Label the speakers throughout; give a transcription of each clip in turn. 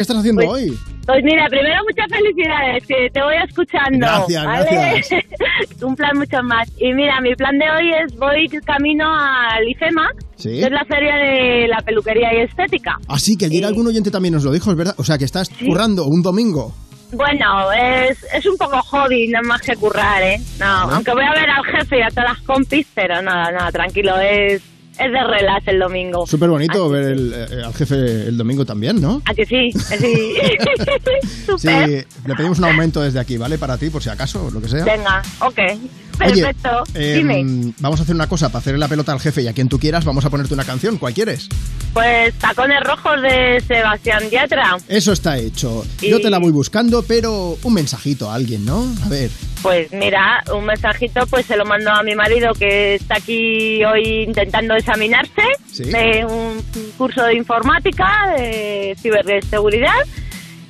Speaker 1: ¿Qué estás haciendo hoy?
Speaker 2: Pues mira, primero muchas felicidades, que te voy escuchando.
Speaker 1: Gracias, gracias.
Speaker 2: Un plan mucho más. Y mira, mi plan de hoy es voy camino al IFEMA,
Speaker 1: Sí.
Speaker 2: que es la feria de la peluquería y estética.
Speaker 1: Así que ayer
Speaker 2: Sí.
Speaker 1: algún oyente también nos lo dijo, es verdad. O sea, que estás currando un domingo.
Speaker 2: Bueno, es, es un poco hobby, nada más que currar, ¿eh? No, aunque voy a ver al jefe y a todas las compis, pero nada, nada, tranquilo, es, es de relax el domingo.
Speaker 1: Súper bonito ver el, eh, al jefe el domingo también, ¿no?
Speaker 2: ¿A que sí? Sí.
Speaker 1: Sí,
Speaker 2: Ah, Súper.
Speaker 1: le pedimos un aumento desde aquí, ¿vale? Para ti, por si acaso, lo que sea.
Speaker 2: Venga, ok.
Speaker 1: Oye,
Speaker 2: Perfecto.
Speaker 1: eh,
Speaker 2: Dime.
Speaker 1: Vamos a hacer una cosa, para hacerle la pelota al jefe y a quien tú quieras, vamos a ponerte una canción, ¿cuál quieres?
Speaker 2: Pues tacones rojos de Sebastián Yatra.
Speaker 1: Eso está hecho. Yo
Speaker 2: Y-
Speaker 1: te la voy buscando, pero un mensajito a alguien, ¿no? A ver.
Speaker 2: Pues mira, un mensajito pues se lo mando a mi marido que está aquí hoy intentando examinarse
Speaker 1: Sí.
Speaker 2: de un curso de informática, de ciberseguridad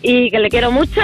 Speaker 2: y que le quiero mucho,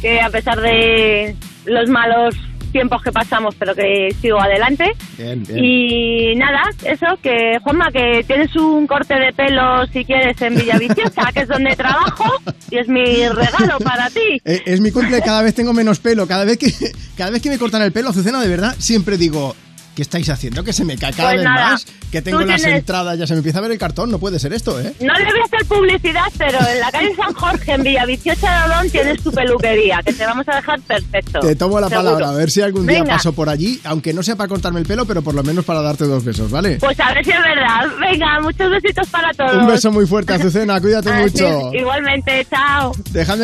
Speaker 2: que a pesar de los malos tiempos que pasamos, pero que sigo adelante.
Speaker 1: Bien, bien.
Speaker 2: Y nada, eso, que Juanma, que tienes un corte de pelo, si quieres, en Villaviciosa, que es donde trabajo, y es mi regalo para ti.
Speaker 1: Eh, Es mi cumple, cada vez tengo menos pelo. Cada vez que, cada vez que me cortan el pelo, Azucena, de verdad, siempre digo, ¿qué estáis haciendo? Que se me cae cada
Speaker 2: Pues
Speaker 1: vez
Speaker 2: nada,
Speaker 1: más, que
Speaker 2: tú
Speaker 1: tengo las
Speaker 2: tienes-
Speaker 1: entradas, ya se me empieza a ver el cartón, no puede ser esto, ¿eh?
Speaker 2: No le voy a hacer publicidad, pero en la calle San Jorge, en Villaviciosa de Olón, tienes tu peluquería, que te vamos a dejar perfecto.
Speaker 1: Te tomo la
Speaker 2: Seguro.
Speaker 1: palabra, a ver si algún día
Speaker 2: Venga,
Speaker 1: paso por allí, aunque no sea para cortarme el pelo, pero por lo menos para darte dos besos, ¿vale?
Speaker 2: Pues a ver si es verdad. Venga, muchos besitos para todos.
Speaker 1: Un beso muy fuerte, Azucena, cuídate
Speaker 2: Así es,
Speaker 1: mucho.
Speaker 2: Igualmente, chao.
Speaker 1: Dejadme